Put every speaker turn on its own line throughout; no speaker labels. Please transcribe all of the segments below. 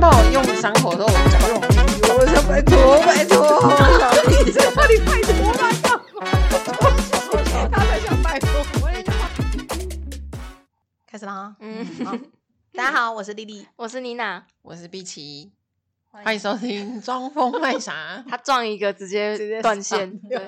伤口的时候，我脚容易，我说拜托拜托，小弟，
到底拜托拜托，他才想拜托。开始了啊！
嗯，
大家好，我是丽丽，
我是妮娜，
我是碧琪，欢迎收听《装疯卖傻》。
他撞一个直
直接
接断线，
上
对，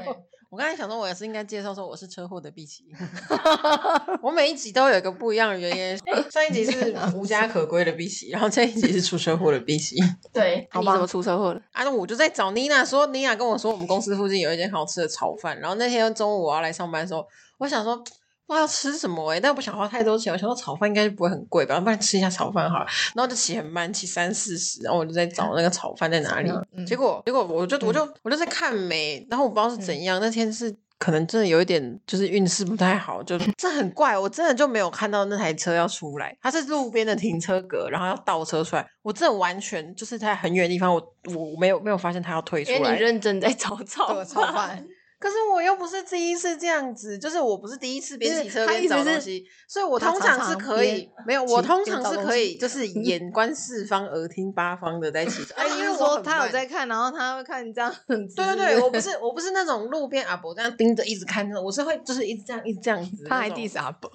我刚才想说，我也是应该介绍说我是车祸的碧 琪。 我每一集都有一个不一样的原因。
哎
上一集是无家可归的碧琪，然后这一集是出车祸的碧琪。
对，
好
你
吧
怎么出车祸了？
啊，那我就在找妮娜说，妮娜跟我说我们公司附近有一间很好吃的炒饭，然后那天中午我要来上班的时候，我想说。不知道吃什么哎、欸，但不想花太多钱。我想说炒饭应该不会很贵吧，不然吃一下炒饭好了。然后就骑很慢，骑三四十，然后我就在找那个炒饭在哪里。
嗯
结果结果我就我就我就在看没，然后我不知道是怎样，那天是可能真的有一点就是运势不太好，就这很怪，我真的就没有看到那台车要出来，它是路边的停车格，然后要倒车出来，我真的完全就是在很远的地方，我我没有没有发现它要推出
因为
来
你，认真在找草，
超 快，
可是我又不是第一次这样子，就是我不是第一次边
就是
骑车
他
边
意思
找东
是
西，所以我
他
通
常
常是
常
可以
边
没有，我
骑
通
边
常
找
是
东
可
西
以就是眼观四方，耳听八方的在 骑车。
他
啊因
是
为
说
我
他有
在。
在看，然后他会看你这样很自律，
对对对，我不是我不是那种路边阿伯这样盯着一直看那种，我是会就是一直这样一直这样子。
他还 diss
地，
阿伯，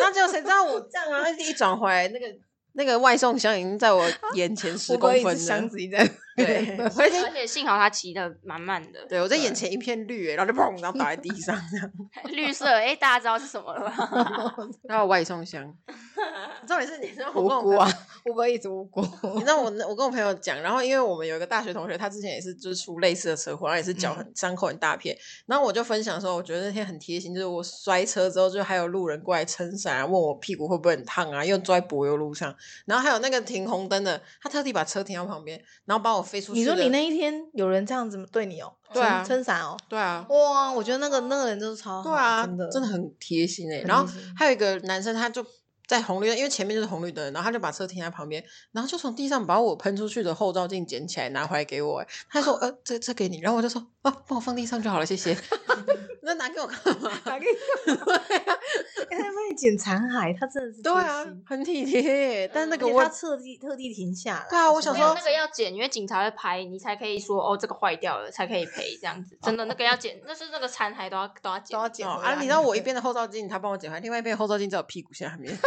那就谁知道我这样啊？一转回来，那个那个外送箱已经在我眼前十
我
公
哥一
分
直箱
了。
子一直在，
对，我已经
而且幸好他骑的满满的，
对我在眼前一片绿欸，然后就砰，然后倒在地上 这样。
绿色，哎，大家知道是什么了吧？
然后外送 箱，重点是你知道我
无
跟我
辜
朋友
啊，我哥一直无辜，
你知道我那我跟我朋友讲，然后因为我们有一个大学同学，他之前也是就是出类似的车祸，然后也是
嗯
脚很伤口很大片。然后我就分享说，我觉得那天很贴心，就是我摔车之后，就还有路人过来撑伞啊，问我屁股会不会很烫啊，又坐在柏油路上。然后还有那个停红灯的，他特地把车停到旁边，然后把我飞出去
你
的。
说你那一天有人这样子对你哦、撑
对啊
撑伞哦，
对啊，
哇，我觉得那个那个人就是超好，
对啊，
哦真的
真的很贴心哎、
很
然后
贴心
还有一个男生，他就在红绿灯，因为前面就是红绿灯，然后他就把车停在旁边，然后就从地上把我喷出去的后照镜捡起来拿回来给我、欸。他说：“呃，这这给你。”然后我就说：“哦、帮我放地上就好了，谢谢。” 那拿给我干嘛？
打给你，哎他帮你捡残骸，他真的是
对
贴
啊
心，
很体贴欸、但那
而
个
且
我
他特地特地停下来，
对啊我想
没
说
有那个要剪，因为警察会拍，你才可以说哦，这个坏掉了，才可以赔这样子。真的，那个要剪，那是那个残骸都要都要剪
都。要捡
哦
回来
啊，你知道我一边的后照镜他帮我捡回来，另外一边的后照镜在我屁股下 面。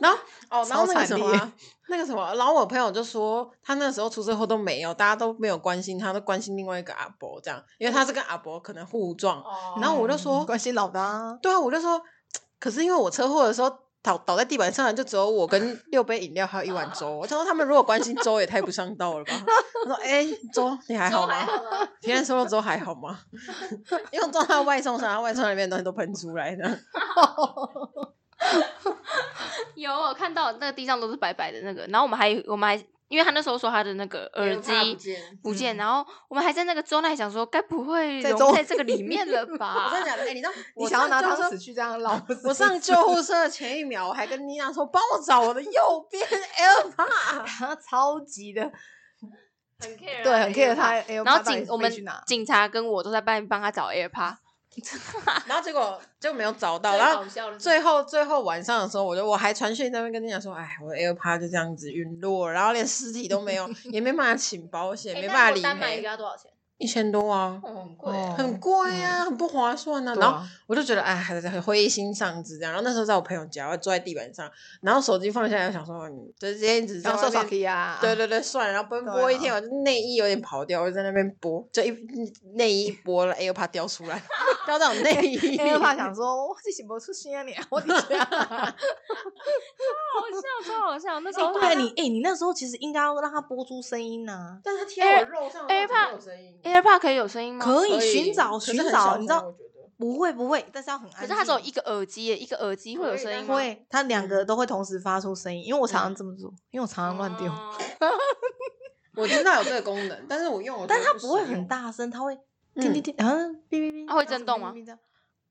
然后 哦，然后那个什么
超
啊、
惨
那个什么，然后我朋友就说，他那时候出车祸都没有，大家都没有关心他，都关心另外一个阿伯这样，因为他是跟阿伯可能互撞。
哦
然后我就说
嗯关心老的啊，
对啊，我就说，可是因为我车祸的时候倒倒在地板上的就只有我跟六杯饮料还有一碗粥，我想说他们如果关心粥也太不上道 了吧？他说，哎、粥你还好吗？平安收到之后还好 吗？因为撞到外送上，它外送里面的东西都喷出来的。
有我看到那个地上都是白白的那个，然后我们还我们还。因为他那时候说他的那个耳机 不见，然后我们还在那个周内想说，该不会
在
融
周
在这个里面了
我真的
吧？
假的？哎、你知道
你想要拿汤
上
匙去这样捞，
我上救护车的前一秒，我还跟妮娜说，帮我找我的右边 AirPod。
他超级的，
很 care，啊
对，很 care 他，哎呦
然后
怕到底
警
飞
我们
去哪？
警察跟我都在帮帮他找 AirPod，
然后结果就没有找到，然后。
笑的
最后，最后晚上的时候，我就我还传讯那边跟妮娜说，哎，我的 AirPod 就这样子陨落了，然后连尸体都没有，也没办法请保
哎
险，没办法理赔，
要多少钱？
一千多啊，
很
贵哦
很贵啊，很不划算啊。
对
然后
啊
我就觉得哎，还是很灰心丧志这样。然后那时候在我朋友家，我坐在地板上，然后手机放下来，我想说，嗯，就这样子在
然后说
外
耍
面。
皮啊，
对对对，算了，然后奔
对
波一
啊
天，我就内衣有点跑掉，我就在那边拨，就一内衣一拨了，AirPod 掉出来，掉到我内衣 里。
因为怕想说，我这是不出现啊你啊， 我的天啊！
好笑，超好笑。那时候
对你，哎，你那时候其实应该要让他播出声音呐，
但是它贴我肉上
Air-
的时候怎么会有声音
哎 AirPod 嗯可以有声音
哎
吗？
可
可
以寻找
可
寻
是很小
找，你知
声我
道
觉得
不会不会，但是要很安
可
静。
是它只有一个耳机耶，一个耳机会有声音吗？
会，它两个都会同时发出声音，因为我常常这么做，因为我常常啊乱丢，
哦
我知道有这个功能，但是我用了，嗯
但它不会很，大声，它会叮叮叮，好像哔哔哔，
它会震动吗
哔哔哔这样？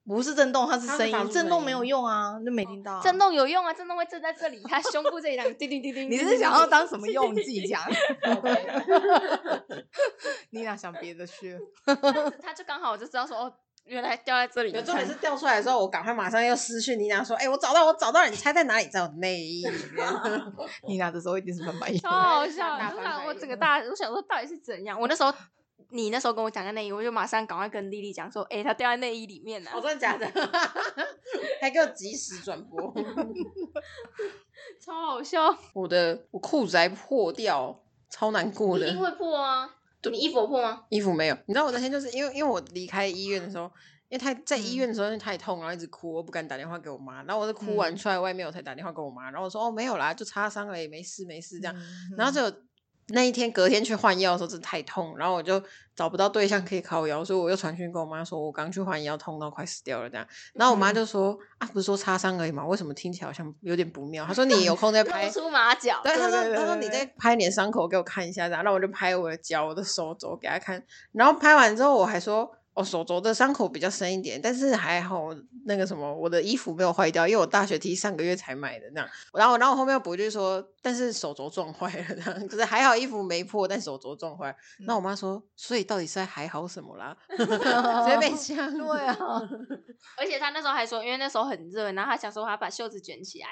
不是震动，它是
它是
声
发出
音，
声
震动没有
音
用啊，就没听到啊。
震动有用啊，震动会震在这里，它胸部这里两个叮叮叮叮。
你
叮
是
叮叮
想要当什么用？你自己讲。
嗯
你俩想别的去了？
但是他就刚好我就知道说哦，原来掉在这里。
有重点是掉出来的时候，我赶快马上又失去你俩说，哎、我找到，我找到了，你猜在哪里？在我内衣里面。
你拿的时候一定是翻白眼。
超好
是大
笑
翻
的！我
白
想我整个
眼
大，我想说到底是怎样？我那时候，你那时候跟我讲的内衣，我就马上赶快跟丽丽讲说，哎、她掉在内衣里面啊了、
哦，真的假的？ 还给我及时转播。
超好笑。
我的我裤子还破掉，超难过的。
会破 啊！你衣服破吗？
衣服没有，你知道我那天就是因为因为我离开医院的时候，因为太在医院的时候因为太痛，然后一直哭，我不敢打电话给我妈，然后我是哭完出来外面我才打电话给我妈，然后我说哦没有啦，就擦伤了也没事没事这样，然后就那一天隔天去换药的时候真的太痛，然后我就找不到对象可以靠腰，所以我又传讯跟我妈说我刚去换药，痛到快死掉了这样，然后我妈就说、啊不是说擦伤而已嘛，为什么听起来好像有点不妙？ 她说你有空再拍
露。出马脚。
对，他
对
说
对
他说
对
你
对
再拍你的伤口给我看一下，然后我就拍我的脚、我的手肘给他看，然后拍完之后我还说。我、手肘的伤口比较深一点，但是还好那个什么，我的衣服没有坏掉，因为我大学 T 上个月才买的那样。然后，然后我后面又补一句说，但是手肘撞坏了这样，可是还好衣服没破，但手肘撞坏了。
嗯
那我妈说，所以到底是在还好什么 啦？直接被呛。
对啊，
而且他那时候还说，因为那时候很热，然后他想说他把袖子卷起来，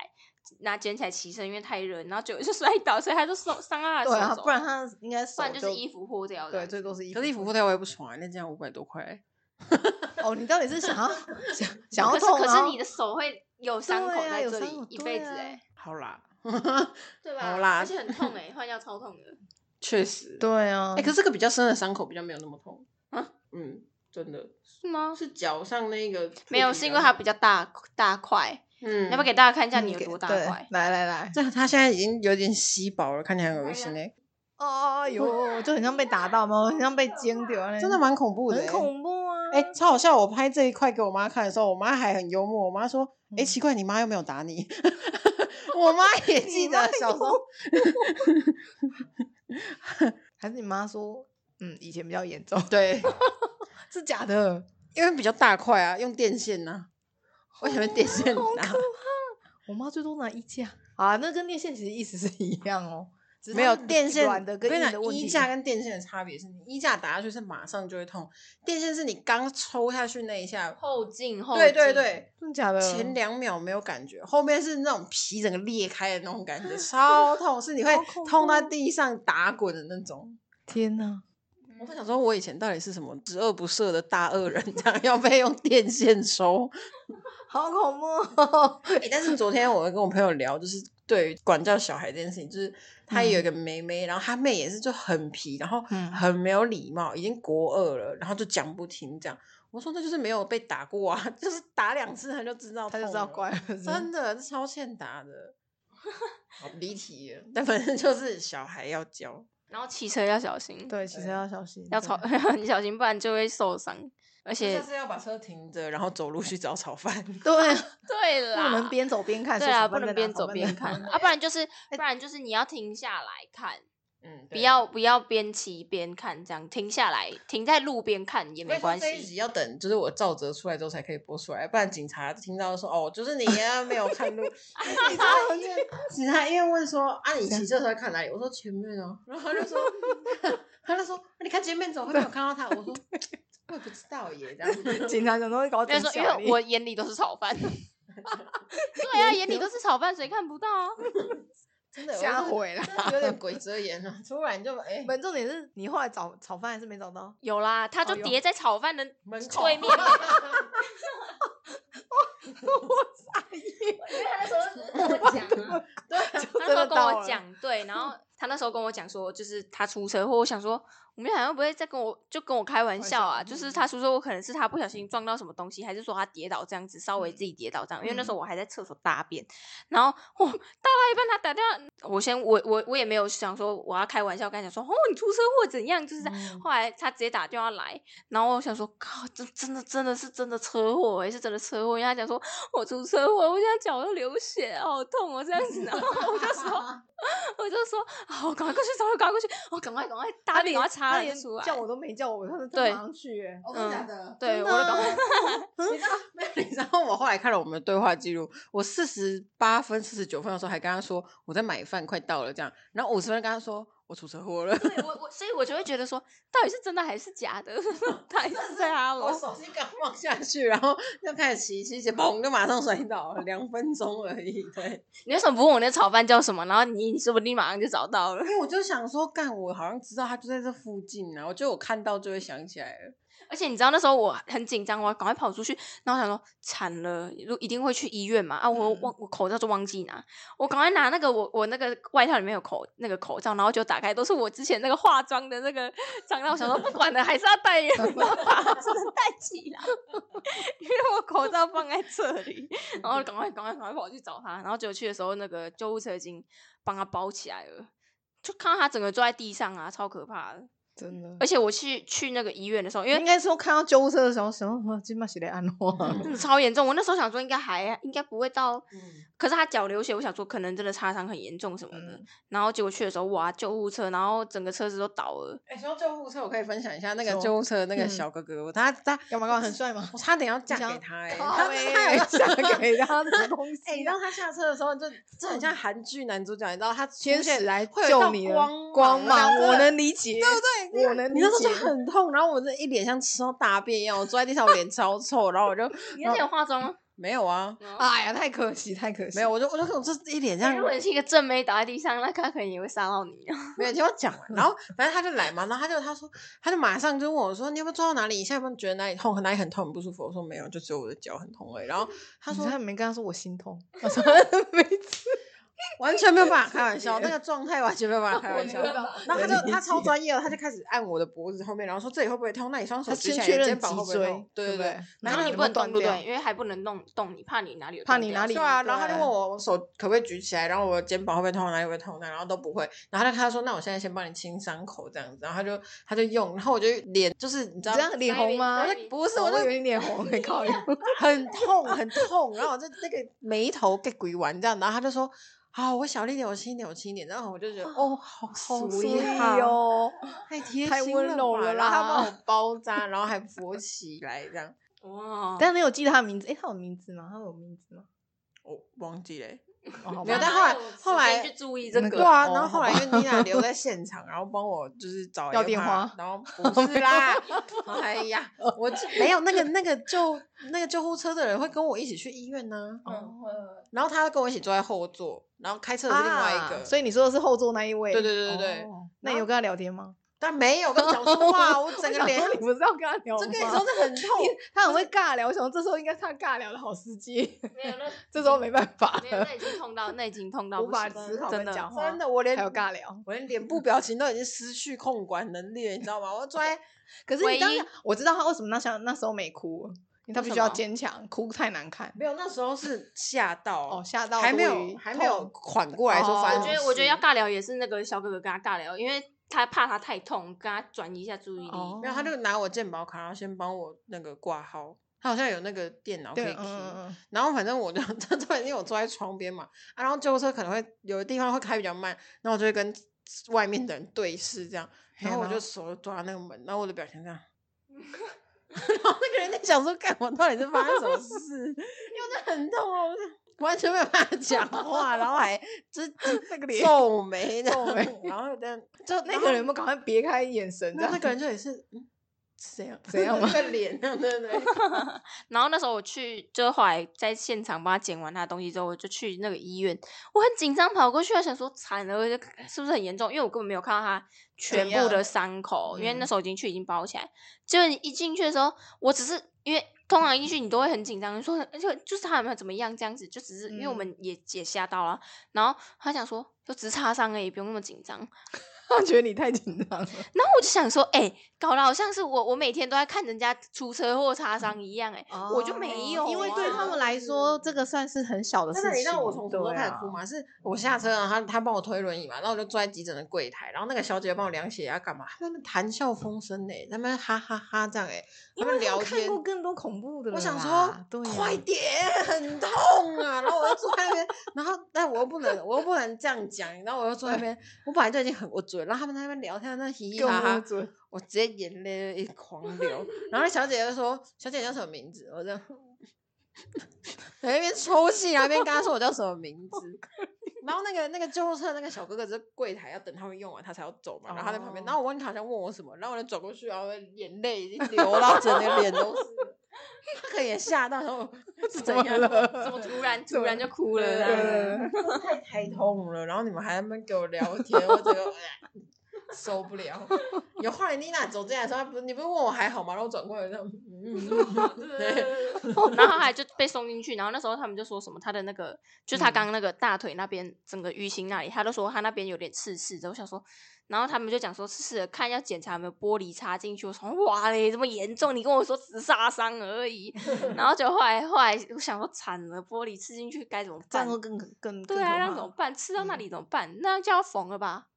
拿卷起来骑身，因为太热，然后就就 摔倒，所以他就受伤到他 的
对
手
啊，
肘。
不然他应该
不
手
然就是衣服破掉的。
对，最多是衣服。
可是衣服破掉我也不爽、啊，那这样五百多块欸、
哦，你到底是想要想想
可
要
是
痛，
可
然
是
后
你的手会有伤口
对啊
在
有
这
伤
里
口
一
对
辈子
啊
哎，
好啦，
对
好
吧？
啦
而且很痛哎，换药超痛的。
确实。
对啊
哎、，可是这个比较深的伤口比较没有那么痛
啊。
嗯，真的
是吗？
是脚上那个啊
没有，是因为它比较大大块。
嗯，
要不要给大家看一下
啊嗯
你有
给
多大
对
块？
来来 来，
这它现在已经有点稀薄了，看起来很恶心哎、
哦哟，就很像被打到嘛，很像被尖掉嘞，
真的蛮恐怖的、
很
欸，
恐怖啊！
哎、超好笑！我拍这一块给我妈看的时候，我妈还很幽默。我妈说：“哎、
嗯
奇怪，你妈又没有打你。” 我妈也记得小时 候，
还是你妈说，嗯，以前比较严重，
对，
是假的，
因为比较大块啊，用电线呐、为什么电线打？
我妈最多拿衣架啊，那跟电线其实意思是一样哦，只是
没有
它是
电线
软的跟
我
硬
跟你
的
讲
问题。
衣架跟电线的差别是你衣架打下去是马上就会痛，电线是你刚抽下去那一下，
后劲后
对对
劲，
对，
真的假的？
前两秒没有感觉，后面是那种皮整个裂开的那种 感觉，超痛，是你会
好恐
痛到
怖
地上打滚的那种。
天哪，
我在想说，我以前到底是什么十恶不赦的大恶人，这样要被用电线抽？
好恐怖、哦！
欸但是昨天我跟我朋友聊，就是对于管教小孩这件事情，就是他有一个妹妹，然后他妹也是就很皮，然后
嗯
很没有礼貌，已经国二了，然后就讲不听这样。我说那就是没有被打过啊， 就是打两次他就知道，
他就知道
乖，
乖了是不是，
哦真的这超欠打 的。好离题了，但反正就是小孩要教。
然后骑车要小心，
对，其实
对
要小心，
要
对
超 很小心，不然就会受伤。而且
下次要把车停着，然后走路去找炒饭。
对，啊
对
不
啦，
能边走边看，
对
说
啊，
小
不
贩在哪
能边
小
走
贩
边
在哪
看啊，不然就是不然就是你要停下来看，
嗯，
不
对
要不要边骑边看，这样停下来停在路边看也
所
没
以说
关
这一
系。
集要等，就是我照折出来之后才可以播出来，不然警察听到说哦，就是你啊没有看 路，警察因为警察因为问说啊你骑车的时候看哪里？我说前面哦，然后他 就说 他就说啊你看前面怎么会没有看到他？ 我说我也不知道耶，这样
警察想说搞
没有
整
说，因
小
为
林
我眼里都是炒 饭。对啊，眼里都是炒饭，谁看不到啊？
真的
吓毁了。
真的有点鬼遮眼了，突然就哎、
不，重点是 你后来找炒饭还是没找到？
有啦，它就
哦有
叠在炒饭的
门口
对面。 他那时候跟我讲，
就
他那
真
时候
的
跟
到
我
了，
讲，对，然后他那时候跟我讲说，就是他出车祸，我想说，我们好像不会在跟我就跟我开玩笑啊，
玩笑
就是他出车祸，可能是他不小心撞到什么东西，还是说他跌倒这样子，稍微自己跌倒这样，因为那时候我还在厕所大便，然后哦，大到一半他打电话，我先我我我也没有想说我要开玩笑，跟他讲说，哦，你出车祸怎样，就是这样
嗯
后来他直接打电话来，然后我想说，靠，这真的真的是真的车祸、欸，是真的车祸。因为他讲说我出车祸，我现在脚都流血，好痛哦，这样子。然 后我就说，我就说，好，赶快过去找我，赶快过去，我赶快赶快搭便，赶快
他
擦
连
脸出来。
叫我都没叫我，他就
对
马上去欸。
我
嗯
的
对，
真
我
的
就赶快
啊
你知道 没有？你知道我后来看了我们的对话记录，我四十八分、四十九分的时候还跟他说我在买饭，快到了这样。然后五十分跟他说我出车祸了。
对我我，所以我就会觉得说，到底是真的还是假的？ 到底 是在阿
我
龙？
手机刚放下去，然后就开始骑骑骑，砰就马上摔倒了，两分钟而已。对，
你为什么不问我那炒饭叫什么？然后你你说不定马上就找到了。
因为我就想说，干，我好像知道他就在这附近啊，我就有看到就会想起来了。
而且你知道那时候我很紧张，我赶快跑出去，然后想说惨了，如一定会去医院嘛啊！我
嗯
忘我口罩就忘记拿，我赶快拿那个我我那个外套里面有口那个口罩，然后就打开都是我之前那个化妆的那个账单，我想说不管了， 还是要戴，然后把它真的戴起来， 因为我口罩放在这里，然后赶快赶快赶快跑去找他，然后结果去的时候那个救护车已经帮他包起来了，就看到他整个坐在地上啊，超可怕的。
真的。
而且我去去那个医院的时候，因为
应该说看到救护车的时候，想说今麦是来安 我，
真的超严重。我那时候想说应该还应该不会到，
嗯
可是他脚流血，我想说可能真的擦伤很严重什么的。
嗯
然后结果去的时候，哇，救护车，然后整个车子都倒了。
哎、说到救护车，我可以分享一下那个
说
救护车那个
嗯
小哥哥，我他他
干嘛干嘛很帅吗
我？差点要嫁
想哦
给他、欸，哎，
他
他他有
嫁给他的东
哎、你
西
知，道他下车的时候，就这很像韩剧男主角，你知道他出
天
现
使来
会有一
救
道
你了
光
光
芒，
芒，
然后
我
真的
能理解，
对对，
我能
你
理
那时候就
解。
很痛，然后我这一脸像吃到大便一样，我坐在地上，我脸超臭，然后我就
你那天有化妆吗？
没有啊，
啊，
哎呀，太可惜，太可惜。
没有，，我就我就我这一脸这样
如，果你是一个正妹倒在地上，那他可能也会杀到你。啊
没有听我讲完，然后反正他就来嘛，然后他就他说他就马上就问我说你有没有抓到哪里？你现在有没有觉得哪里痛？哪里很痛很不舒服？我说没有，就只有我的脚很痛而已。然后他
他
说
说他没跟他说我心 痛，我说没
完全没有 办法开玩笑，那个状态完全没有办法开玩笑
我。知道
然后他
我
就
理
他超
解
专业的，他就开始按我的脖子后面，然后说这里会不会痛？那你双手
他
举
先
起来，
确
你
认
肩膀会
脊
不会
椎
痛？，对对
不对
对。？
然后你
有
不
没有
能动，
断
对不
掉
对？因为还不能动动你，怕你哪里有
怕
断
你
掉
哪里
对啊，
对
然后他就问我我手可不可以举起来，然后我肩膀会不会痛，哪里会不会痛，然后都不会。然后他他说那我现在先帮你清伤口这样子，然后他就他就用，然后我就脸就是你知道
这样脸红吗
我
我
在
就不是，我就
就哦有点脸红，没考虑。
很痛很痛，然后我就那个眉头给鬼玩这样，然后他就说好，我小力一点，我轻一点，我轻一点，然后我就
啊
觉得哦，好
好
熟
意
哈
哦，
太贴
太
心
温
了
柔
吧
了
然后他帮
啦
我包扎，然后还扶起来，这样
哇，
但你有记得他的名字？哎，他有名字吗？他有名字吗？
我忘记了。
哦，好
没有
吧
但后来
我有时间
后来
去注意这
那
个。
个
对啊，
哦
然后后来
好吧
因为妮娜留 在现场，然后帮我就是找
要
Emma，
电话
然 后不是啦，哎呀，我就没有那个那个救那个救护车的人会跟我一起去医院呢、
嗯
哦
然后他跟我一起坐在后座，然后开车的是另外一个，
啊所以你说的是后座那一位？
对对对对对
哦。那你有跟他聊天吗？
但没有跟我讲说话，我整个脸
我 想说你不是要跟他聊吗？
这跟你说这很痛，
他很会尬聊，我想说这时候应该是他尬聊的好时机，
没有那
这时候没办法
没有，
了
那，已经痛到，那已经痛到
无
不
法
行，
思考
真
跟
的。
讲话，
真的，我连
还有尬聊。
我连脸部表情都已经失去控管能力了，你知道吗？我坐在
可是
唯
你
一
当下我知道他为什么那想那时候没哭，因为他
为
必
什
须要
么
坚强，哭太难看。
没有，那时候是吓到
哦，吓到
还没
多余
有还没有
痛
缓过来说
哦
发
我
生
觉
什么事。
得，我觉得要尬聊也是那个小哥哥跟他尬聊，因为他怕他太痛，跟他转移一下注意力。
哦
没有，他就拿我健保卡，然后先帮我那个挂号。他好像有那个电脑可
对，
以
嗯
听，
嗯嗯，
然后反正我就 他突然因为我坐在窗边嘛，啊，然后救护车可能会有的地方会开比较慢，然后我就会跟外面的人对视这样，然
嘿
后我
然
就
后
手就抓那个门，然后我的表情这 样， 然后那个人在想说，干我到底是发生什么事？因为我真的很痛哦，我就完全没有办法讲 话，然后还就是
嗯那 个脸
皱眉这
皱
样
眉，
然后但就
那个人们赶快别开眼神，这
那
样
那个人就也是，嗯，是 怎样
怎样吗
那个脸这样，对 对对，
然后那时候我去，就后来在现场帮他剪完他的东西之后，我就去那个医院，我很紧张跑过去，我想说惨了，我就是不是很严重？因为我根本没有看到他全
怎
部的
样
伤口，因为那
嗯
时候已经去已经包起来。结果你一进去的时候，我只是因为通常一进去你都会很紧张，你说而且就是他有没有怎么样这样子，就只是因为我
嗯
们也也吓到了，然后他想说就只是擦伤而已，不用那么紧张。
他觉得你太紧张了，
然后我就想说，哎、搞得好像是我我每天都在看人家出车祸擦伤一样、哎、我就没有、
哦
啊
因
啊
为对他们。来说，这个算是很小的事
真
情。
的，嗯你知道我从什么时候
对
开始
啊
哭？吗？是我下车啊，他他帮我推轮椅嘛，然后我就坐在急诊的柜台，然后那个小姐帮我量血压干嘛？他们谈笑风生呢、他们哈哈哈这样哎、
因
们
为
聊
我看
天。
过更多恐怖的了
我
啦，
想说，
对啊
快点，很痛啊！然后我又坐在那边，然后但我又不能，我又不能这样讲，然后我又坐在那边，我本来就已经很我嘴，然后他们在那边聊天，那嘻嘻
更
哈哈
不，准
我直接眼泪一狂流。然后那小姐就说：“小姐叫什么名字？”我这啊样在那边抽泣，然后一边跟她说我叫什么名字。然后那个那个救护车那个小哥哥在柜台要等他们用完，他才要走嘛。然后他在旁边，
哦
然后我问他好像问我什么，然后我就转过去，然后眼泪已经流到整个脸都是 了。他可能也吓到，然后是
怎
怎
么
样？
了
怎么突然突
么
然就哭了
对
这样子？
太太痛了，然后你们还在那边给我聊天，我整个 受不了。有后来妮娜走进来的时候，她不是你不是问我还好吗？然后我转过来这样，嗯嗯嗯嗯嗯 对，
然后他还就被送进去，然后那时候他们就说什么他的那个，就是他刚刚那个大腿那边整个淤青那里，他都说他那边有点刺刺的。我想说，然后他们就讲说刺刺的，看要检查有没有玻璃插进去。我说哇嘞，这么严重，你跟我说只杀伤而已。然后就后来后来我想说惨了，玻璃刺进去该怎么
这
办
样？会更更
对啊，那怎么
种
办？刺到那里怎么办？那就要缝了吧，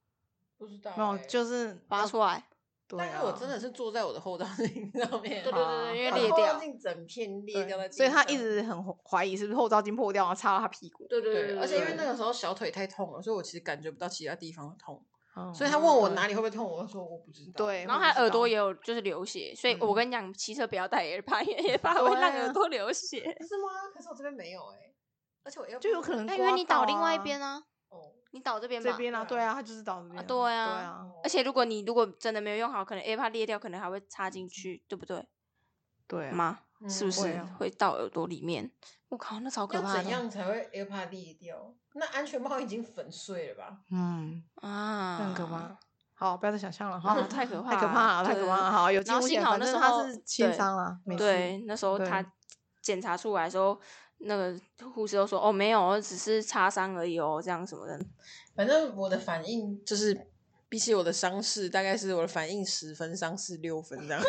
不知道、
没有
欸
就是
拔出来。
对
但
啊，
是我真的是坐在我的后照镜上面，
对对对对，因为
把
裂
后
掉
照。镜整片裂
对
掉在地
所以他
上
一直很怀疑是不是后照镜破掉，然后插到他屁股。
对对
对，而且因为
对
那个时候小腿太痛了，所以我其实感觉不到其他地方的痛，
嗯
所以他问我哪里会不会痛，我就说我不知道。
对，
然后
我
他
知
耳朵
道
也有就是流血，所以
嗯
我跟你讲，骑车不要戴 AirPod，因为 AirPod 会
对
让
啊
耳朵流血。
是吗？可是我这边没有哎、而且我又
就有可能
那
刮
因为你倒
到
另外一
啊
边啊，
哦，
你倒这边
这
嘛。
边啊，
对
对
啊
啊，他就是倒这边
啊对啊
对啊，
哦
而且如果你如果真的没有用好，可能 AirPod 裂掉，可能还会插进去，对不对？
对啊，
吗？是不
嗯
是
会啊
会到耳朵里面？我靠，那超可
要
怕
怎
的
样才会 AirPod 裂掉？那安全帽已经粉碎了吧？
嗯，
啊！
很可怕。好，不要再想象了哈
那，太可
太可
怕
怕了，
了
太可
对
怕了。好，有
然
惊
后
无
幸
险，
好
反
那
正
时
他
候
是轻
对
伤啦，没事
对，那时候
对
他检查出来的时候，那个护士都说：“哦，没有，只是擦伤而已哦，这样什么的。”
反正我的反应就是，比起我的伤势，大概是我的反应十分，伤势六分这 样。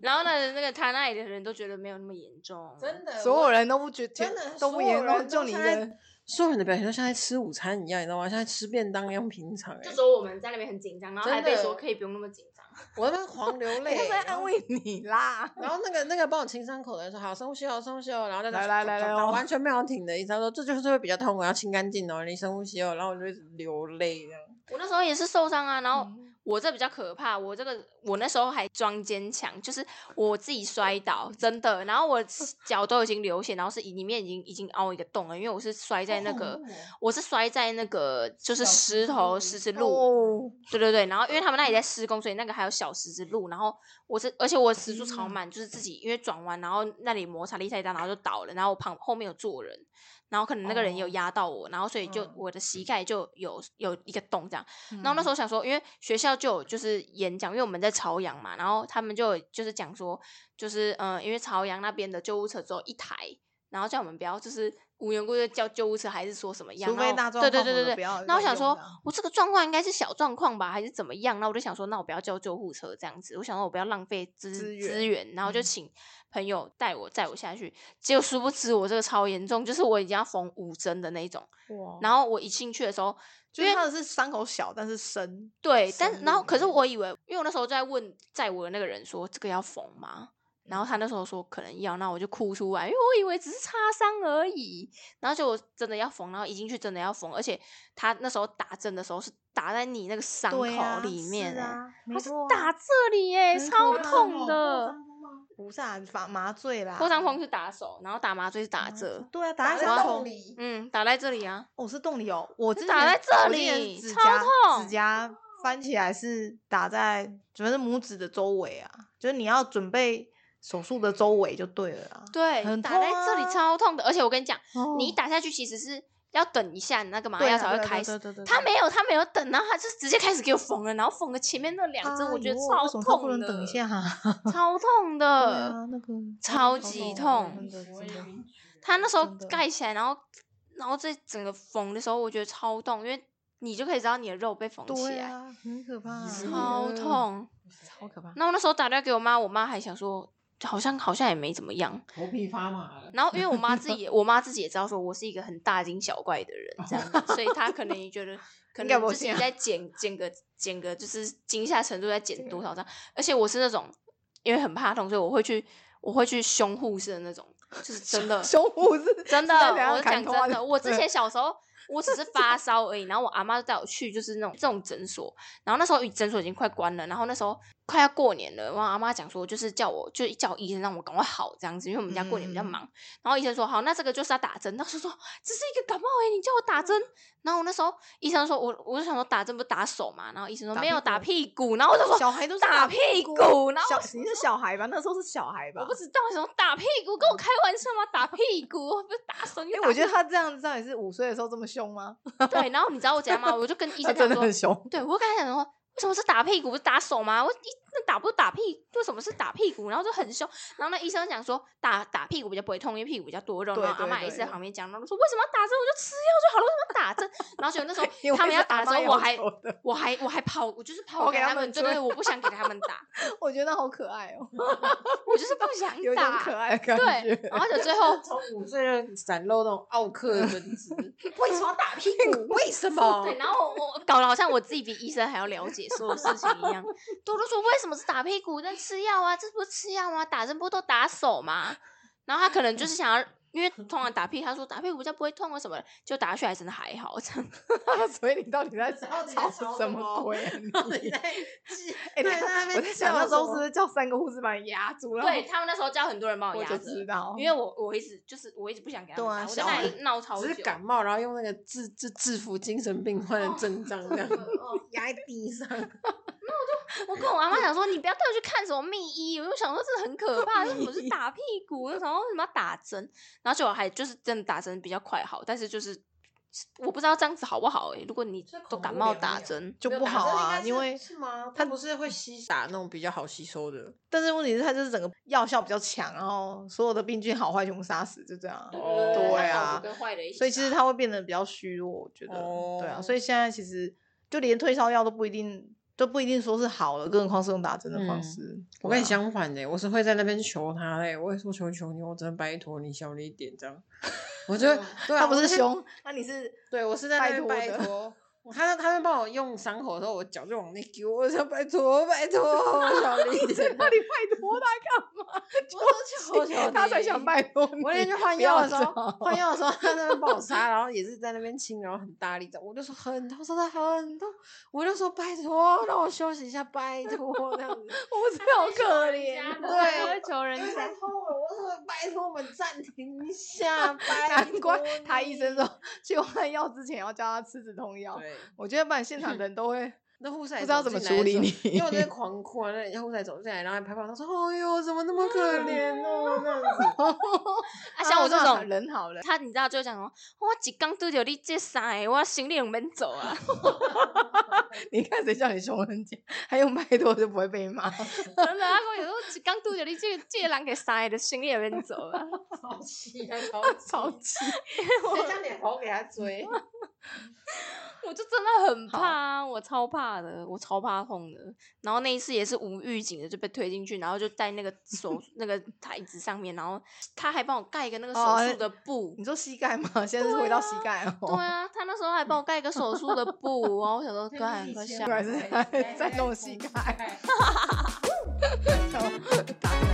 然后呢，那个他那里的人都觉得没有那么严重，
真的，
所有人都不觉
真
得
的
都不严重，就你一
一
个人。
所有人的表情都像在吃午餐一样，你知道吗？像在吃便当一样平常、欸。
就说我们在那边很紧张，然后
真
还被
的欸
说可以不用那么紧张。
我在那边狂 流泪，
就是在
然
安
后
慰你 啦。
然后那个那个帮我清伤口的人说：“好，深呼吸哦，深呼吸哦。”然后在那
来来
转
来
转
来
转
哦
完全没有停的意思。他说：“这就是会比较痛苦，要清干净哦，你深呼吸哦。”然后我就一直流泪这样。
我那时候也是受伤啊，然
嗯
后
嗯
我这比较可怕，我这个我那时候还装坚强，就是我自己摔倒，真的，然后我脚都已经流血，然后是里面已经已经凹一个洞了，因为我是摔在那个。我是摔在那个就是
小
石
哦石
头
路
石子路，
哦，
对对对，然后因为他们那里在施工，所以那个还有小石子路，然后我是，而且我时速超慢，就是自己因为转弯，然后那里摩擦力太大，然后就倒了，然后我旁后面有坐人，然后可能那个人有
哦
压到我，然后所以就
嗯
我的膝盖就有有一个洞这样，然后那时
嗯
候想说，因为学校就有就是演讲，因为我们在朝阳嘛，然后他们就有就是讲说，就是嗯、呃因为朝阳那边的救护车只有一台，然后叫我们不要就是无缘无故就叫救护车，还是说什么样？
除
然
非
后
大状
对对
况
对
我们
对
不
对。
要
那我
有
想
用
说
的啊，
我这个状况应该是小状况吧，还是怎么样？那我就想说，那我不要叫救护车这样子，我想说我不要浪费资
资源
资源，然后就
嗯
请朋友带我载我下去。结果殊不知我这个超严重，就是我已经要缝五针的那一种。
哇
然后我一进去的时候，
就
因
是
为
他的是伤口小，但是深。
对，但
深
然后
入
可是
里
我以为，因为我那时候在问在我的那个人说这个要缝吗？然后他那时候说可能要，那我就哭出来，因为我以为只是擦伤而已。然后就我真的要缝，然后一进去真的要缝，而且他那时候打针的时候是打在你那个伤口
对啊
里
是
面欸，
啊，没
他是
错啊
打这里耶、
很
超
可怕
痛
哦
的。
不是啊，麻麻醉啦，
破伤风是打手，然后打麻醉是打
麻
这，
醉对啊，打
打
在
在
伤
洞
口，
里，
嗯，打在这里啊。
哦，是洞里哦，我之前
打在这
我之前
里
指
超
甲
痛
指甲翻起来是打在主要是拇指的周围啊，就是你要准备手术的周围就对了啊。
对，
很
打
痛
在这里
啊
超痛的，而且我跟你讲，
哦
你打下去其实是要等一下，你那个麻
对
药
啊
才
对
会
啊
开
对
始
对对对。
他
对
没有，他没有等，然后他就直接开始给我缝了，然后缝了前面那两针，我觉得
哎呦
超
为什么都
痛
不
的，呃
能等一下
超痛
对
的
啊，。那个
超
嗯
级
痛
痛
真的真
我也
的
晕
他那时候
真的
盖起来，然后然后这整个缝的时候，我觉得超痛，因为你就可以知道你的肉被缝起
对
来，
啊，很可怕啊，
超痛。
超可怕。
然后那时候打电话给我妈，我妈还想说。好像好像也没怎么样，
头皮发麻了。
然后因为我妈自己也，我妈自己也知道说我是一个很大惊小怪的 人，这样子，所以她可能也觉得，可
应该
能
不
自己
行啊
在减减个减个，就是惊吓程度在减多少张。而且我是那种，因为很怕痛，所以我会去我会去凶护士的那种，就是真的
胸部是
真的，我
啊
讲真 的，我之前
前
小时候我只是发烧而已，然后我阿妈就带我去就是那种这种诊所，然后那时候诊所已经快关了，然后那时候快要过年了，然后阿妈讲说，就是叫我，就叫医生让我赶快好这样子，因为我们家过年比较
嗯
忙。然后医生说好，那这个就是要打针。当时说只是一个感冒哎、你叫我打针。然后我那时候医生说我我就想说打针不是打手嘛，然后医生说
打
没
屁
有打
股
屁股，然后 我就说
小孩都是
打
屁
屁
股
股，然后
小你是小孩吧？那时候是小孩吧？
我不知道什么打屁股，跟我开玩笑吗？打屁股，我不是打手，你
因
打
为哎我觉得
屁
他这样子到底是五岁的时候这么凶吗？
股对。然后你知道我怎样吗？我就跟医
他
生
真
讲
的
说
很，凶。
对我跟他讲说，为什么是打屁股不是打手吗？我一那打不是打屁，为什么是打屁股？然后就很凶。然后那医生讲说，打打屁股比较不会痛，因为屁股比较多肉。
对
然后阿
对
妈也
对
是在旁边讲，然后说为什么要打针？我就吃药就好了，为什么要打针？然后结果那 时
因
候
为
他们
是
要打
阿
的时
妈
候，我
要
还
求的
我还我还跑，我就是跑
跑
给
给
他
他
们，
们
对对，对
追
我不想给他们 打，
我觉得好可爱哦，
我就是不想
有一种可
打。
爱的感觉。
对，然后就最后
从五岁就展露那种傲客的 本质，
为什么要打屁股？
为什么
对，然后 我我哦搞得好像我自己比医生还要了解所有事情一样。多多说为什么是打屁股？那吃药啊，这不是吃药吗？打针不都打手吗？然后他可能就是想要，因为通常打屁，他说打屁股比较不会痛啊什么的，就打下去还真的还好。这样
所以你到底在
到底在
吵
吵
什
什么
么鬼啊你？
你在记？
哎
对，
他
在那边
我在想
叫
那时
什
候是
么
不是叫三个护士把你压住了？
对他们那时候叫很多人帮
我
压
就
着，
知道，
因为我我一直就是我一直不想给他们
对啊
打，我在
小
那
孩
里闹超久。
只是感冒，然后用那个制制制服精神病患的症状 这样
哦
压在地上。
我跟我妈妈讲说，你不要带我去看什么秘医，我就想说这很可怕，这不是打屁股，那时候为什么要打针？然后结果还就是真的打针比较快好，但是就是我不知道这样子好不好哎、如果你都感冒打针，
就
没有
不
打
好
针应
啊，
该
因
是
为
是吗？它不是会吸打那种比较好吸收的
但是问题是它就是整个药效比较强，然后所有的病菌好坏全部杀死，就这样啊。
哦
对啊
跟坏的一起打
所以其实它会变得比较虚弱，我觉得，对啊，
哦
所以现在其实就连退烧药都不一定，都不一定说是好了，更何况是用打针的方
嗯
式。
我
对
跟
啊
你，相反的、我是会在那边求他嘞、我也说求求你，我只能拜托你小你一点这样。我 就对啊，
他不
我
是
在
凶，那你是
对我是在那
拜
边
托
拜
的
托。我他他们帮我用伤口的时候，我脚就往内丢，我想拜托拜 托小林一点，
那你拜托他
我说求
干
求
嘛？他才
你
想拜托你。
我那天去换
不
药
要
的时候
这，样
换药的时候他在那边帮我擦，然后也是在那边清，然后很大力的，我就说很痛，真的很痛，我就说拜托让我休息一下，拜托这样 子，
我真的好可怜。
对
会求人
因为
家
太痛了，我说拜托我们暂停一下，拜
难
托
怪他医生
你
说，去换药之前要叫他吃止痛药。
对，
我觉得不然现场人都会
那护士
不
还
知道
走
怎么
进来
处
的
理
时候
你。
因为我在狂哭啊，那人家护士还走进来，然后还拍拍我，他说：“哎呦，怎么那 么可
啊
怜哦？”那样子，
啊，像我这种。
人好人，
他你知道就讲说，我一刚对着你这三个，我行李两免走啊。
你看谁叫你凶人家，还用拜托就不会被骂。
真的，他跟我讲说，我一 刚对着你这个这个人给三个，就行李两免走啊。
超气啊，超
超 气！
谁叫你跑给他追？
我就真的很怕啊，我超怕的，我超怕痛的。然后那一次也是无预警的就被推进去，然后就在那个手 那个台子上面，然后他还帮我盖一个那个
哦
手术的布。
你说膝盖吗？现在是回到膝盖哦。
对啊，他那时候还帮我盖一个手术的布，然后我想说，快快下
原来是在在弄膝盖。然后打开